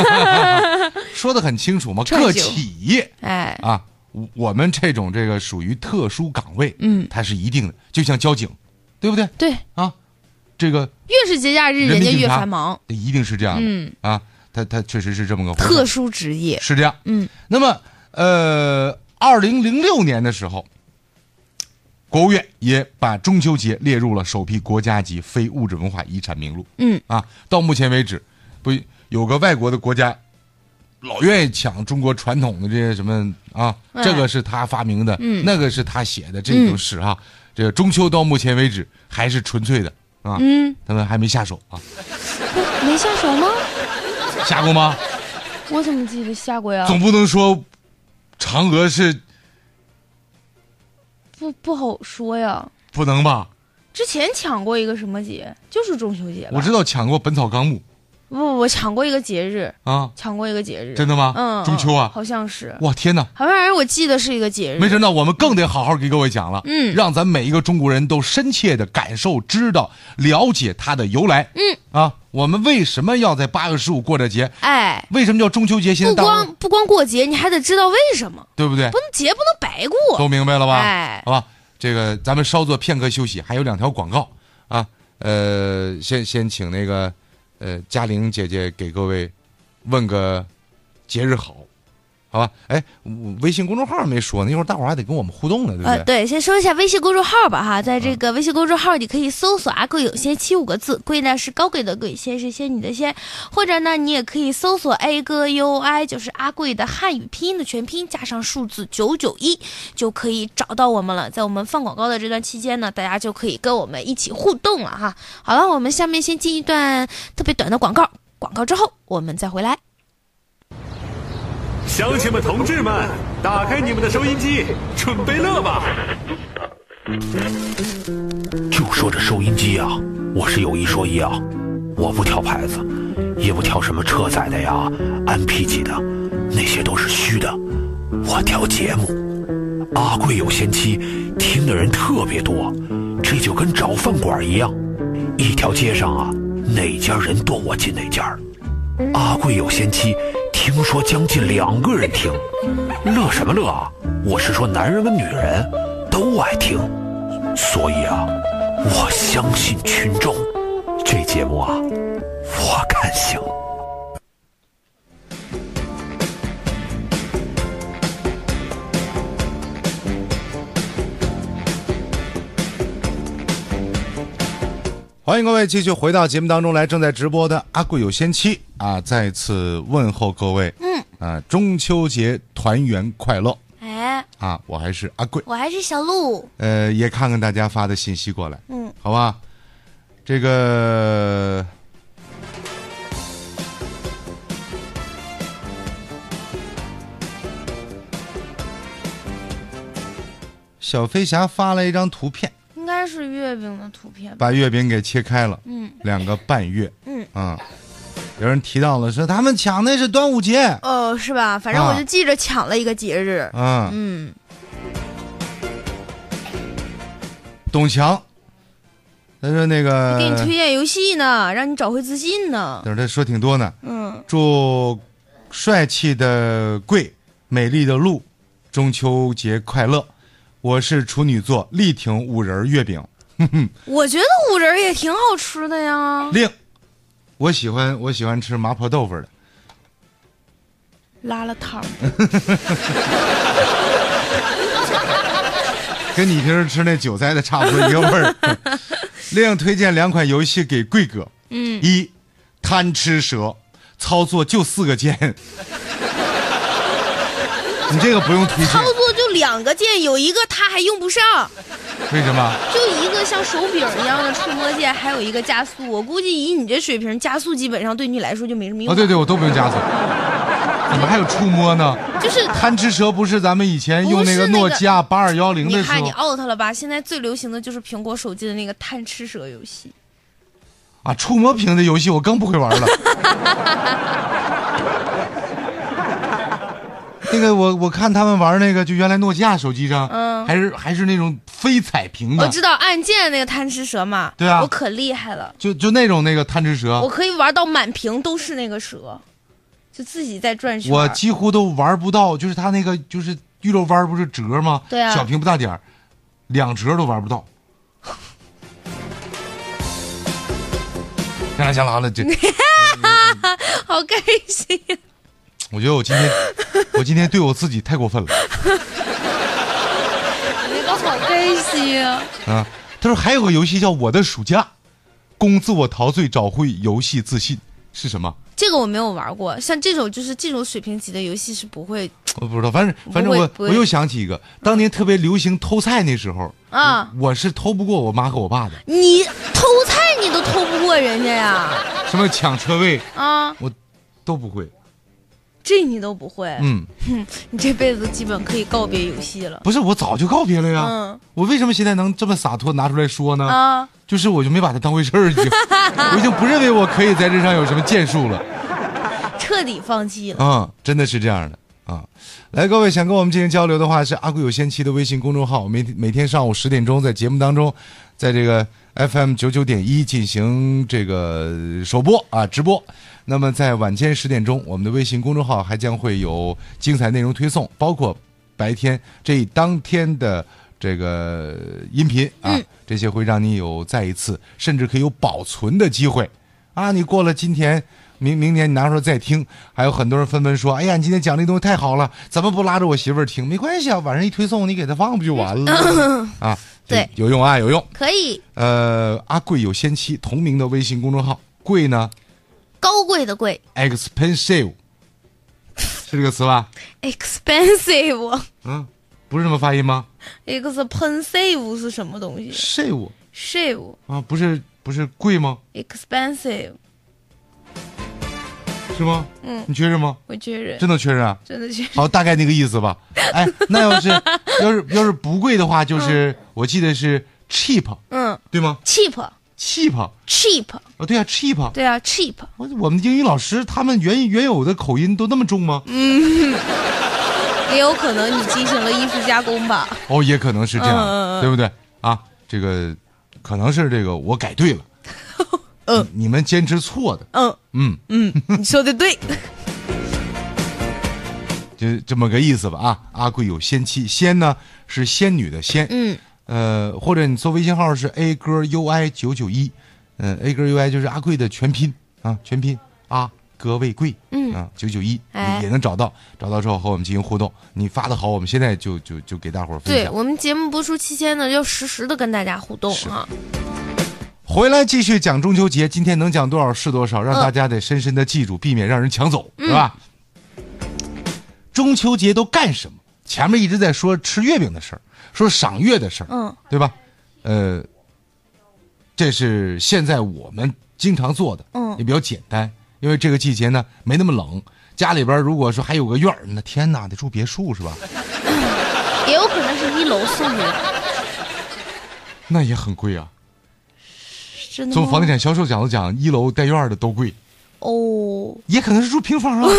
说的很清楚嘛，踹各酒企业哎，啊，我我们这种这个属于特殊岗位，嗯它是一定的，就像交警，对不对对，啊？这个越是节假日，人人民家警越察繁忙，这一定是这样的，嗯啊，他他确实是这么个回事特殊职业。是这样，嗯，那么呃，二零零六年的时候，国务院也把中秋节列入了首批国家级非物质文化遗产名录嗯，啊。到目前为止，不有个外国的国家老愿意抢中国传统的这些什么啊，哎这个是他发明的，嗯那个是他写的，这都是啊。这个中秋到目前为止还是纯粹的啊，嗯，他们还没下手啊，没下手吗？下过吗？我怎么记得下过呀？总不能说嫦娥是不不好说呀。不能吧？之前抢过一个什么节，就是中秋节吧。我知道抢过《本草纲目不不，我抢过一个节日，》啊，抢过一个节日。真的吗？嗯，中秋嗯啊，好像是，哇天哪！好像是我记得是一个节日。没想到我们更得好好给各位讲了，嗯让咱每一个中国人都深切的感受、知道、了解它的由来，嗯啊，我们为什么要在八月十五过这节？哎，为什么叫中秋节？现在不大陆光不光过节，你还得知道为什么，对不对不？能节不能白过。都明白了吧？哎好吧，这个咱们稍作片刻休息，还有两条广告啊。呃，先先请那个呃嘉玲姐姐给各位问个节日好，好吧？哎，我微信公众号没说呢，一会儿大伙儿还得跟我们互动呢，对不对？嗯呃，对，先说一下微信公众号吧哈，在这个微信公众号，你可以搜索“阿贵有仙妻”五个字，贵呢是高贵的贵，仙是仙女的仙，或者呢，你也可以搜索 A 哥 U I，就是阿贵的汉语拼音的全拼加上数字九九一，就可以找到我们了。在我们放广告的这段期间呢，大家就可以跟我们一起互动了哈。好了，我们下面先进一段特别短的广告，广告之后我们再回来。乡亲们、同志们，打开你们的收音机，准备乐吧！就说这收音机啊，我是有一说一啊，我不挑牌子，也不挑什么车载的呀、MP 级的，那些都是虚的，我挑节目。阿贵有仙妻听的人特别多，这就跟找饭馆一样，一条街上啊，哪家人多我进哪家儿。阿贵有仙妻，听说将近两个人听，乐什么乐啊？我是说男人跟女人都爱听。所以啊，我相信群众，这节目啊，我看行。欢迎各位继续回到节目当中来，正在直播的《阿贵有仙妻》啊，再次问候各位，嗯啊，中秋节团圆快乐哎，啊！我还是阿贵，我还是小鹿，呃，也看看大家发的信息过来，嗯，好吧。这个小飞侠发来一张图片，应该是月饼的图片吧？把月饼给切开了，嗯两个半月，嗯啊。有人提到了说他们抢那是端午节，哦，是吧？反正我啊就记着抢了一个节日。啊，嗯，董强，他说那个，给你推荐游戏呢，让你找回自信呢。等着他说挺多呢。嗯，祝帅气的贵，美丽的路，中秋节快乐！我是处女座，力挺五仁月饼。我觉得五仁儿也挺好吃的呀。另，我喜欢我喜欢吃麻婆豆腐的。拉了汤儿，跟你平时吃那韭菜的差不多一个味儿。 (laughs) 另推荐两款游戏给贵哥，嗯，一贪吃蛇，操作就四个键， (laughs) 你这个不用推荐操，作就两个键，有一个他还用不上，为什么？就一个像手柄一样的触摸键，还有一个加速。我估计以你这水平，加速基本上对你来说就没什么用。哦，对对，我都不用加速，怎么还有触摸呢？就是贪吃蛇不是咱们以前用那不个是那个诺基亚八二幺零你的时看候你 out 了吧？现在最流行的就是苹果手机的那个贪吃蛇游戏。啊，触摸屏的游戏我更不会玩 (laughs) 了。那个我我看他们玩那个，就原来诺基亚手机上，嗯还是还是那种非彩屏我的，知道按键那个贪吃蛇嘛，对啊我可厉害了，就就那种那个贪吃我蛇，可以玩到满屏都是那个蛇，就自己在转圈儿。我几乎都玩不到，就是它那个就是玉露弯儿不是折吗？对啊小屏不大点儿，两折都玩不 (laughs) 到。行了行了好了， (laughs) 这 (laughs) 好开心啊呀！我觉得我今天我今天对我自己太过分了。你个好开心呀！啊，他说还有个游戏叫《我的暑假》，供自我陶醉，找回游戏自信是什么？这个我没有玩过，像这种就是这种水平级的游戏是不会我不知道，反正反正不会我不会我又想起一个，当年特别流行偷菜那时候，啊。我是偷不过我妈和我爸的，你偷菜你都偷不过人家呀？什么抢车位啊，都不会。这你都不会，嗯，你这辈子基本可以告别游戏了。不是，我早就告别了呀。嗯我为什么现在能这么洒脱拿出来说呢？啊，就是我就没把它当回事儿，已经，我已经不认为我可以在这上有什么建树了。彻底放弃了。啊、真的是这样的啊、来，各位想跟我们进行交流的话，是阿贵有仙妻的微信公众号，每每天上午十点钟在节目当中，在这个 FM 九九点一进行这个首播啊直播。那么在晚间十点钟，我们的微信公众号还将会有精彩内容推送，包括白天这一当天的这个音频啊，这些会让你有再一次，甚至可以有保存的机会啊！你过了今天。明明年你拿出来再听，还有很多人纷纷说：“哎呀，你今天讲这东西太好了，怎么不拉着我媳妇儿听？没关系啊，晚上一推送你给她放不就完 (laughs) 了啊？对有用啊，有用。可以，呃，阿贵有仙妻同名的微信公众号，贵呢高贵的贵 expensive 是这个词吧？ ，expensive，expensive 嗯，不是这么发音吗是什么东西？shave ？shave 啊，不是不是贵吗？ expensive，是吗？嗯你确认吗？我确认，真的确认啊？真的确认。 (laughs) 好，大概那个意思吧。哎，那要是要是要是不贵的话，就是、我记得是 cheap 嗯对吗，cheap，cheap， ？cheap 啊、哦，对啊，cheap。对啊，cheap，我我们的英语老师他们原原有的口音都那么重吗？嗯也有可能你进行了艺术加工吧？哦，也可能是这样，嗯嗯嗯对不对啊？这个可能是这个我改对 (laughs) 了，嗯你，你们坚持错的，嗯嗯，嗯，你说的对，就这么个意思吧啊。阿贵有仙妻，仙呢是仙女的仙，嗯，呃，或者你搜微信号是 A 哥 UI 九九一，嗯，A 哥 UI 就是阿贵的全拼啊，全拼阿哥为贵，嗯啊，九九一哎也能找到，找到之后和我们进行互动。你发的好，我们现在就就就给大伙儿分 (laughs) 对享。我们节目播出期间呢，要实时的跟大家互动是啊。回来继续讲中秋节，今天能讲多少是多少，让大家得深深的记住，避免让人抢走，是吧？嗯中秋节都干什么？前面一直在说吃月饼的事儿，说赏月的事儿，嗯，对吧？呃，这是现在我们经常做的，嗯也比较简单，因为这个季节呢嗯没那么冷。家里边如果说还有个院儿，那天哪，得住别墅是吧？也有可能是一楼送的，那也很贵啊。真的吗从房地产销售角度讲，一楼带院儿的都贵，哦，也可能是住平房啊，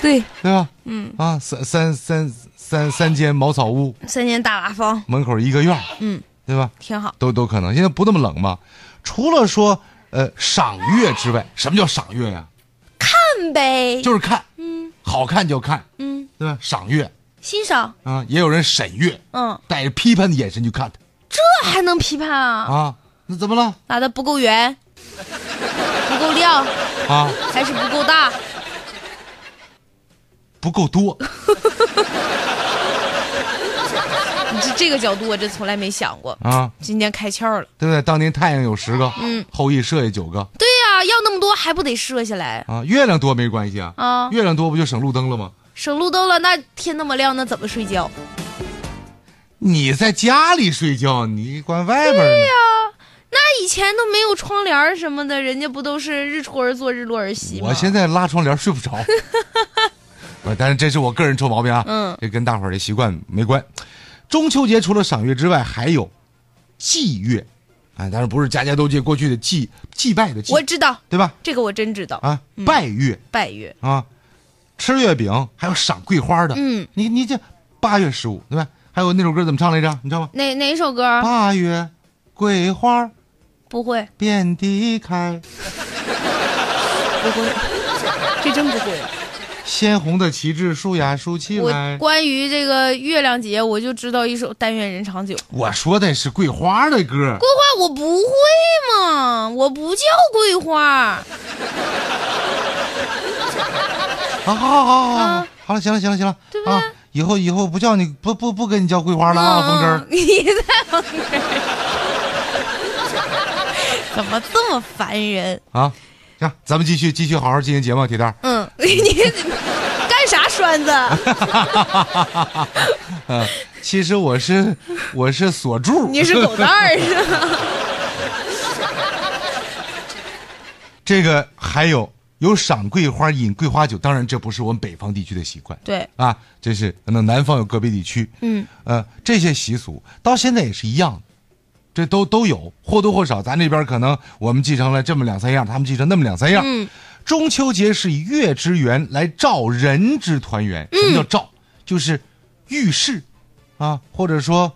对，对吧？嗯啊，三三三三三间茅草屋，三间大瓦房门口一个院，嗯，对吧？挺好。都都可能。现在不那么冷嘛。除了说呃赏月之外，什么叫赏月呀、看呗，就是看，嗯，好看就看，嗯，对吧？赏月欣赏，啊，也有人审阅，嗯，带着批判的眼神去看这还能批判他啊？啊。那怎么了打的不够圆，不够亮，啊？还是不够大？不够多，你这这个角度我真从来没想过，啊，今天开窍了。对不对？当年太阳有十个，嗯，后羿射也九个对呀、要那么多还不得射下来？啊，月亮多没关系啊，啊月亮多不就省路灯了吗？省路灯了，那天那么亮，那怎么睡觉？你在家里睡觉，你管外边呢？啊那以前都没有窗帘儿什么的，人家不都是日出而作，日落而息吗？我现在拉窗帘睡不 (laughs) 着。呃，但是这是我个人臭毛病啊，嗯这跟大伙儿的习惯没关。中秋节除了赏月之外，还有祭月，啊，当然不是家家都祭，过去的祭祭拜的祭，我嗯知道对吧？这个，我真知道。啊，拜月拜月，啊，吃月饼，还有赏桂花的。嗯，你你这八月十五对吧？还有那首歌怎么唱来着？你知道吗？哪哪一首歌？八月桂花不会，遍地开，不会，这真不会。鲜红的旗帜树呀竖起来我。关于这个月亮节，我就知道一首《但愿人长久》。我说的是桂花的歌。桂花我不会嘛，我不叫桂花。啊，好好好好好好啊，好了，行了行了行了，对吧啊，以后以后不叫你不不不跟你叫桂花了啊，嗯 (laughs) 风筝儿。你在风筝儿， (laughs) 怎么这么烦人？啊，行，咱们继续继续好好进行节目，铁蛋儿。嗯， (laughs) 你干啥栓子？ (laughs) 其实我是我是锁住，你是狗蛋儿？ (laughs) 这个还有有赏桂花、饮桂花酒，当然这不是我们北方地区的习惯。对，啊，这是那南方有个别地区，嗯，呃，这些习俗到现在也是一样的，这都都有，或多或少，咱这边可能我们继承了这么两三样，他们继承那么两三样。嗯，中秋节是以月之圆来照人之团圆，什嗯么叫照？就是预示啊，或者说，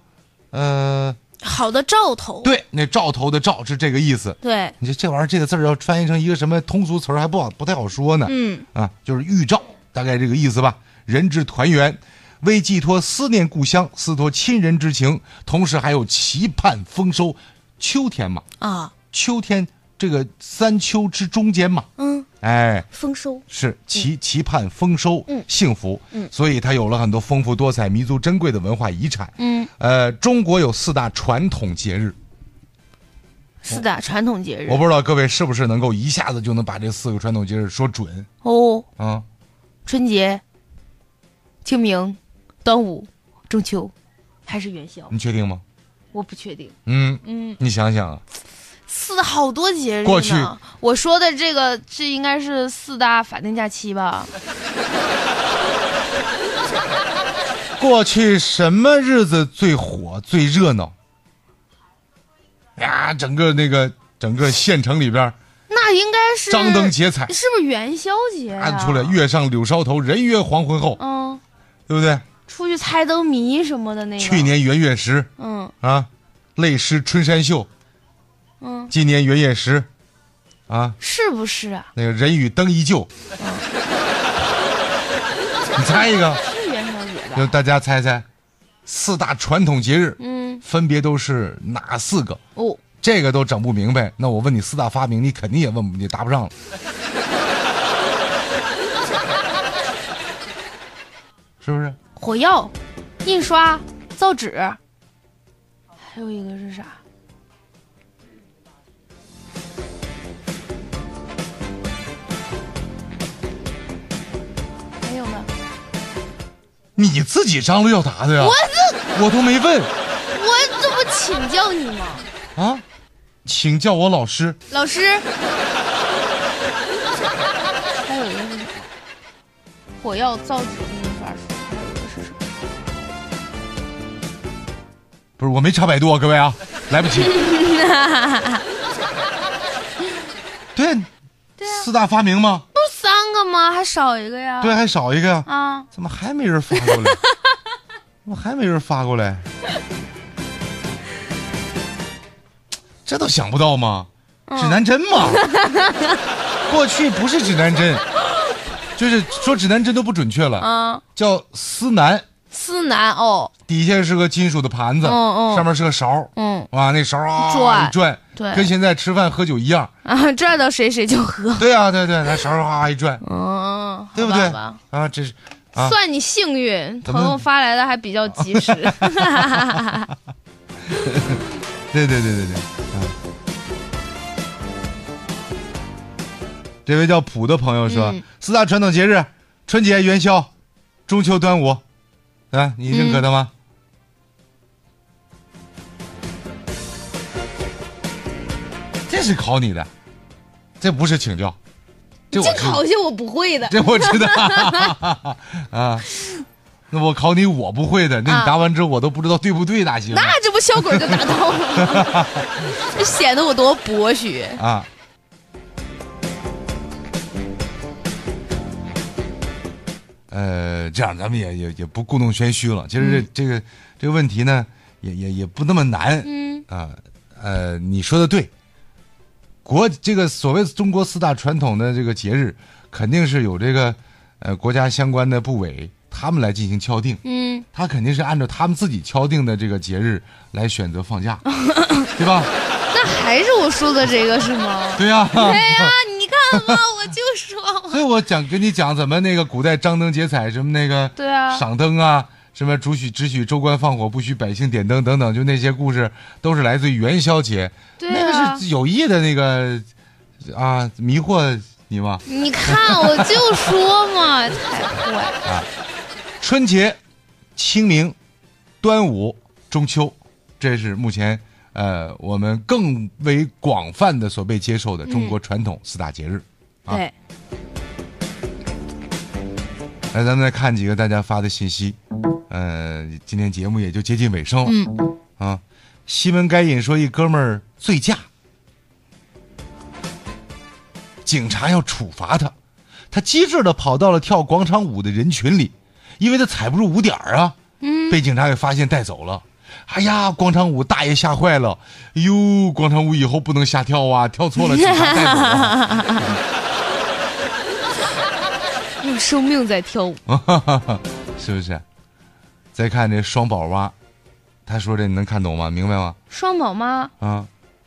呃，好的兆头。对，那兆头的兆是这个意思。对，你这这玩意儿这个字儿要翻译成一个什么通俗词儿，还不好不太好说呢。嗯，啊，就是预兆，大概这个意思吧。人之团圆，为寄托思念故乡、思托亲人之情，同时还有期盼丰收。秋天嘛，啊，秋天这个三秋之中间嘛，嗯，哎，丰收。是期期盼丰收，嗯幸福，嗯，所以它有了很多丰富多彩、弥足珍贵的文化遗产。嗯，呃，中国有四大传统节日，四大传统节日我。不知道各位是不是能够一下子就能把这四个传统节日说准哦，啊？春节、清明、端午、中秋，还是元宵？你确定吗？我不确定。嗯嗯，你想想啊，四好多节日呢。过去我说的这个，这应该是四大法定假期吧？过去什么日子最火最热闹？呀，整个那个整个县城里边儿那应该是张灯结彩，是不是元宵节、啊？按出来月上柳梢头，人约黄昏后，嗯，对不对？出去猜灯谜什么的那个。去年元月时嗯啊，泪湿春衫袖，嗯，今年元月时啊，是不是啊？那个人与灯依旧。嗯你猜一个， (laughs) 是元宵节吧？就大家猜猜，四大传统节日嗯，分别都是哪四个？哦，这个都整不明白，那我问你四大发明，你肯定也问不，你答不上了，是不是？火药、印刷、造纸，还有一个是啥？还有呢？你自己张罗要答的呀，我这我都没问我这不请教你吗？啊，请叫我老师。老师，还有一个是啥？火药、造纸、印刷术，还有一个是什么？不是我没查百度啊，各位啊，来不及。对，四大发明吗？不是三个吗？还少一个呀？对，还少一个呀，啊，怎么还没人发 (laughs) 过来？怎么还没人发过来？这都想不到吗？嗯指南针吗？ (laughs) 过去不是指南针，就是说指南针都不准确了，啊，叫司南，思南哦，底下是个金属的盘子，嗯嗯上面是个勺，嗯哇，那勺啊转一转，对跟现在吃饭喝酒一样。啊，拽到谁谁就喝，对啊，对对，那勺啊一转，嗯，对不好吧对好吧？啊？这是啊，算你幸运，咱们朋友发来的还比较及时。 (laughs) 啊对对对对对，啊。这位叫普的朋友说，嗯四大传统节日：春节、元宵、中秋、端午。啊，你认可他吗？这是考你的，这不是请教，这我这知道考些我不会的，这我知道 (laughs) 啊。那我考你我不会的，那你啊答完之后我都不知道对不对，哪行啊那这不小鬼儿就打到了吗？这 (laughs) 显得我多博学。啊？呃，这样咱们也也也不故弄玄虚了。其嗯实这、这个这个问题呢，也也也不那么难。嗯啊，呃，你说的对，国这个所谓中国四大传统的这个节日，肯定是有这个呃国家相关的部委他们来进行敲定，嗯，他肯定是按照他们自己敲定的这个节日来选择放假，对吧？那还是我说的这个是吗？对呀、对呀，你看吧，我就说，所以我讲跟你讲怎么那个古代张灯结彩，什么那个对啊赏灯啊，什么只许只许州官放火，不许百姓点灯等等，就那些故事都是来自于元宵节，对那啊个是有意的那个啊迷惑你嘛。你看我就说嘛，太坏了。春节、清明、端午、中秋，这是目前呃我们更为广泛的所被接受的中国传统四大节日。 (laughs) 啊对，来，咱们再看几个大家发的信息。呃，今天节目也就接近尾声了。嗯啊，西门该隐说一哥们儿醉驾，警察要处罚他，他机智的跑到了跳广场舞的人群里，因为他踩不住舞点儿啊，嗯，被警察给发现带走了。哎呀，广场舞大爷吓坏了，哎呦，广场舞以后不能瞎跳啊，跳错了警察带走 (laughs) 啊。用生命在跳舞。嗯是不是？再看这双宝蛙，他说这你能看懂吗？明白吗？双宝妈啊，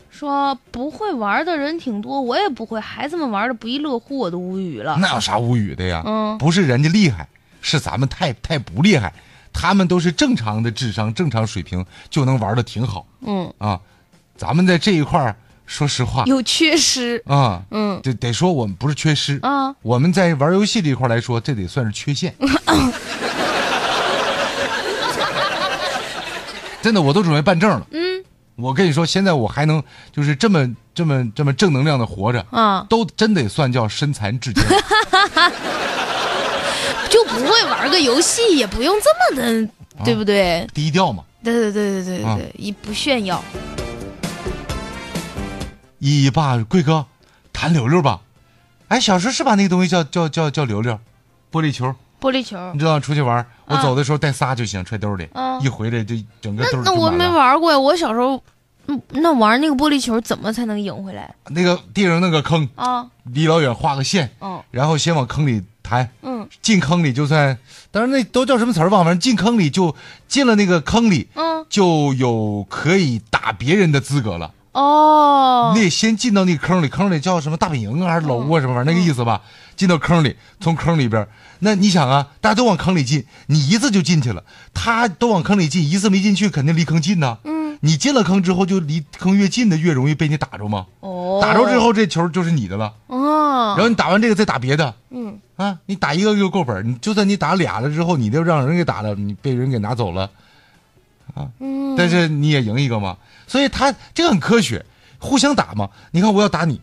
说不会玩的人挺多，我也不会，孩子们玩的不亦乐乎，我都无语了。那有啥无语的呀？嗯不是人家厉害，是咱们太太不厉害。他们都是正常的智商、正常水平，就能玩的挺好嗯，啊。咱们在这一块儿，说实话有缺失。啊，嗯得得说我们不是缺失啊，我们在玩游戏这一块儿来说，这得算是缺陷。嗯 (laughs) 真的，我都准备办证了。嗯我跟你说，现在我还能就是这么这么这么正能量的活着，啊，都真得算叫身残志 (laughs) 坚。就不会玩个游戏，也不用这么的，对不对？低调嘛。对对对对对啊对对，也不炫耀。一爸，贵哥，弹溜溜吧。哎，小时候是把那个东西叫叫叫叫溜溜，玻璃球，玻璃球，你知道出去玩，我啊走的时候带仨就行，揣兜里，啊一回来就整个那兜儿那就我满没了玩过呀，我小时候，嗯，那玩那个玻璃球怎么才能赢回来那个地上那个坑，啊？离老远画个线，嗯然后先往坑里弹，嗯进坑里就算，当然那都叫什么词儿忘了，反正进坑里就进了那个坑里，嗯，就有可以打别人的资格了。哦你，得先进到那坑里，坑里叫什么大本营啊，还是楼啊什么玩意儿，那个意思吧？进到坑里，从坑里边儿，那你想啊，大家都往坑里进，你一次就进去了，他都往坑里进，一次没进去，肯定离坑近呐。嗯，你进了坑之后，就离坑越近的越容易被你打着嘛。哦，打着之，后，这球就是你的了。哦，然后你打完这个再打别的，嗯啊，你打一个就够本儿，你就算你打俩了之后，你都让人给打了，你被人给拿走了。啊嗯，但是你也赢一个嘛，所以他这个很科学，互相打嘛。你看我要打你，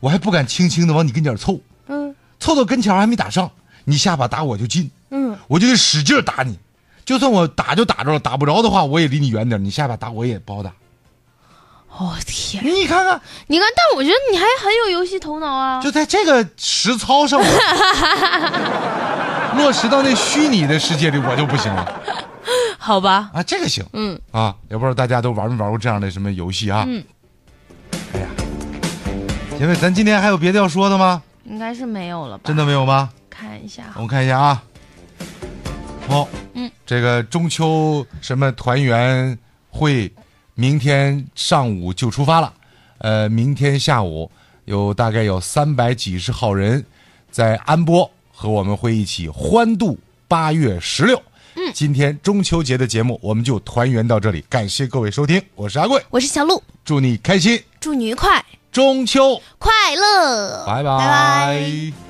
我还不敢轻轻的往你跟前凑，嗯凑到跟前儿还没打上，你下巴打我就近，嗯，我就得使劲儿打你，就算我打就打着了，打不着的话我也离你远点儿，你下巴打我也不好打。哦天，你看看，你看，但我觉得你还很有游戏头脑啊。就在这个实操 (laughs) 上，我落实到那虚拟的世界里，我就不行了好吧，啊！这个行，嗯啊，也不知道大家都玩没玩过这样的什么游戏啊？嗯，哎呀，姐妹，咱今天还有别的要说的吗？应该是没有了吧？真的没有吗？看一下我，们看一下啊，哦，嗯，这个中秋什么团圆会，明天上午就出发了，呃，明天下午有大概有三百几十号人在安波和我们会一起欢度八月十六。嗯，今天中秋节的节目我们就团圆到这里，感谢各位收听，我是阿贵，我是小鹿，祝你开心祝你愉快，中秋，快乐，拜拜拜拜